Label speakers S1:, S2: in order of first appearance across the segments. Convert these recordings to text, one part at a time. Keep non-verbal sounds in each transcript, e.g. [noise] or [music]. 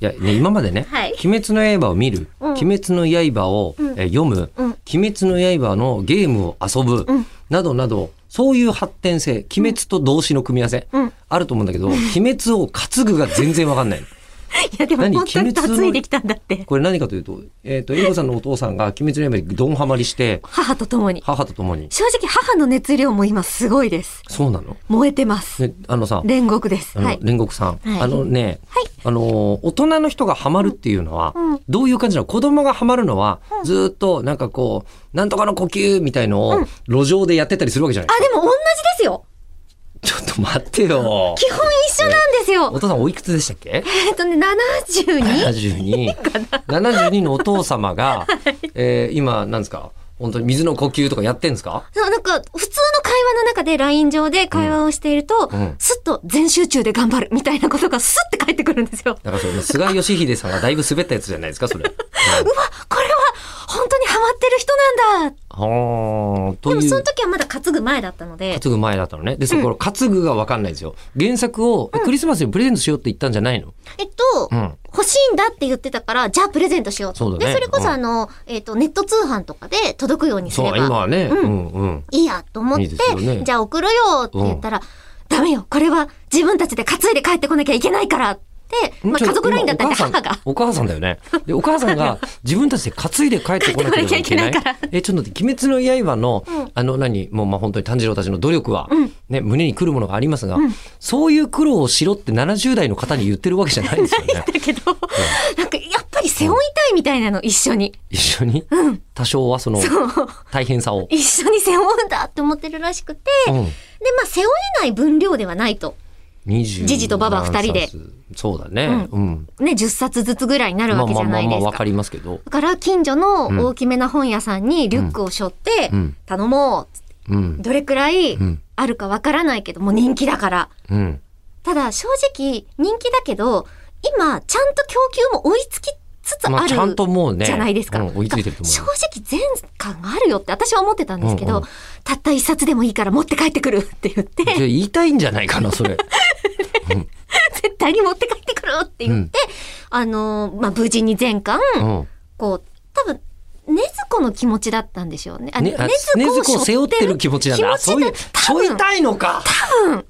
S1: いや、ね、今までね、
S2: はい
S1: 鬼滅の刃を見る、
S2: うん
S1: 鬼滅の刃を、
S2: うん
S1: えー読む、
S2: うん
S1: 鬼滅の刃のゲームを遊ぶ、
S2: うん
S1: などなど、そういう発展性、鬼滅と動詞の組み合わせ、
S2: うん
S1: あると思うんだけ
S2: [laughs]
S1: ど、鬼滅を担ぐが全然わかんない。
S2: いやでも
S1: 何
S2: 本当に
S1: 鬼滅の
S2: 担いできたんだって
S1: これ何かというと、えっ、と、エリコさんのお父さんが鬼滅の刃にドンハマりして、
S2: 母と共に
S1: 母と共に。
S2: 正直母の熱量も今すごいです
S1: そうなの
S2: 燃えてます
S1: ね、あのさ、
S2: 煉獄です
S1: あの、
S2: はい
S1: 煉獄さん、
S2: はい
S1: あのね、
S2: はい
S1: あのー大人の人がハマるっていうのは、
S2: うん
S1: どういう感じなの子供がハマるのは、ずーっとなんかこう、なんとかの呼吸みたいの
S2: う
S1: を
S2: ん
S1: 路上でやってたりするわけじゃない、
S2: あでも同じですよ
S1: ちょっと待ってよ。
S2: 基本一緒なんですよ
S1: お父さんおいくつでしたっけ
S2: えっとね 72?
S1: 72。72のお父様
S2: [laughs]
S1: が、えー今、なんですか本当に水の呼吸とかやってんですか
S2: そうなんか普通の会話の中で LINE 上で会話をしていると、
S1: うんうん
S2: すっと全集中で頑張るみたいなことがスッて返ってくるんですよ
S1: だからそれ、菅義偉さんがだいぶ滑ったやつじゃないですか、そ
S2: [laughs]
S1: れ。
S2: うわこれは本当にハマってる人なんだ
S1: はあ、と
S2: でも
S1: い
S2: その
S1: う。
S2: 時はまだ担ぐ前だったので
S1: 担ぐ前だったのね。で、そこ、担ぐが分かんないんですよ。原作を、えクリスマスにプレゼントしようって言ったんじゃないの
S2: えっと、
S1: うん。
S2: 欲しいんだって言ってたから、じゃあプレゼントしようと。
S1: そうだね
S2: で、それこ
S1: うん
S2: そあの、えっ、と、ネット通販とかで届くようにす
S1: そ
S2: れ
S1: う、今
S2: ば
S1: はね。う
S2: うん
S1: ん、うん。
S2: いいやと思って、
S1: いいですよね
S2: じゃあ送るよって言ったら、ダメよ、これは自分たちで担いで帰ってこなきゃいけないからって、まあ
S1: ちょ
S2: 家族ラインだったんで
S1: 今お
S2: 母
S1: 母さ
S2: が
S1: ん。お母さんだよね。で、お母さん
S2: [laughs]
S1: が自分たちで担いで帰ってこなければいけない。
S2: 帰ってこなきゃいけないか
S1: え、ちょっと待って、鬼滅の刃の、
S2: うん
S1: あの、何、もうまあ本当に炭治郎たちの努力は、
S2: うん
S1: ね、胸に来るものがありますが、
S2: うん
S1: そういう苦労をしろって70代の方に言ってるわけじゃないですよ
S2: [laughs]
S1: ね。
S2: だけど、なんかやっぱり背負いたいみたいなの、一緒に。 [laughs]
S1: 一緒に、
S2: うん。
S1: 多少はその、
S2: そう。
S1: 大変さを。
S2: 一緒に背負うんだって思ってるらしくて、
S1: うん。
S2: で、まあ背負えない分量ではないと。
S1: 20
S2: ジジとババ二人で。
S1: そうだね。うん。
S2: ね、10冊ずつぐらいになる
S1: まあ
S2: わけじ
S1: まあ
S2: ゃ
S1: ま
S2: な
S1: あ
S2: い
S1: まあ、
S2: です
S1: わ
S2: か
S1: か。りますけど。
S2: だから近所の大きめな本屋さんにリュックを背負って
S1: うん、
S2: 頼もうっつって、
S1: うん。
S2: どれくらい
S1: うん。
S2: あるかわからないけど、もう人気だから。
S1: うん。
S2: ただ正直人気だけど、今ちゃんと供給も追いつきつつある。
S1: まあ、ちゃんともうね。
S2: じゃないですか
S1: うん追いついてると
S2: [laughs]
S1: 思う
S2: 正
S1: よ。
S2: 直全巻あるよって私は思ってたんですけど、
S1: うんうん
S2: たった一冊でもいいから持って帰ってくるって言って、
S1: じゃあ言いたいんじゃないかな、それ。
S2: 絶対に持って帰ってくるって言って、あのーまあ、無事に全巻、
S1: うん。
S2: こう、多分、ねずこの気持ちだったんでしょうね。あ
S1: ね、あねずこを背負ってる気持ちなんだ。あそういう、背
S2: 多
S1: 負い
S2: 分、
S1: たいのか。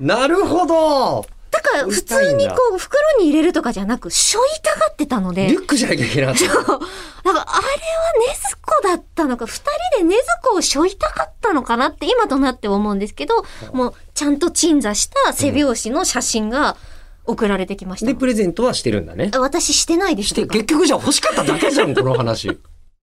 S1: なるほど。
S2: だから普通にこう、袋に入れるとかじゃなく、背負いたがってたので、
S1: リ
S2: なん
S1: ュ
S2: か
S1: ックじゃなきゃいけなか
S2: [laughs]
S1: った。
S2: あれはねずこだったのか、二人でねずこを背負いたかったのかなって今となって思うんですけど、もうちゃんと鎮座した背表紙の写真が送られてきました
S1: で、。プレゼントはしてるんだね。
S2: 私してないで
S1: し
S2: す
S1: て、
S2: とか
S1: 結局じゃあ欲しかっただけじゃん、この話。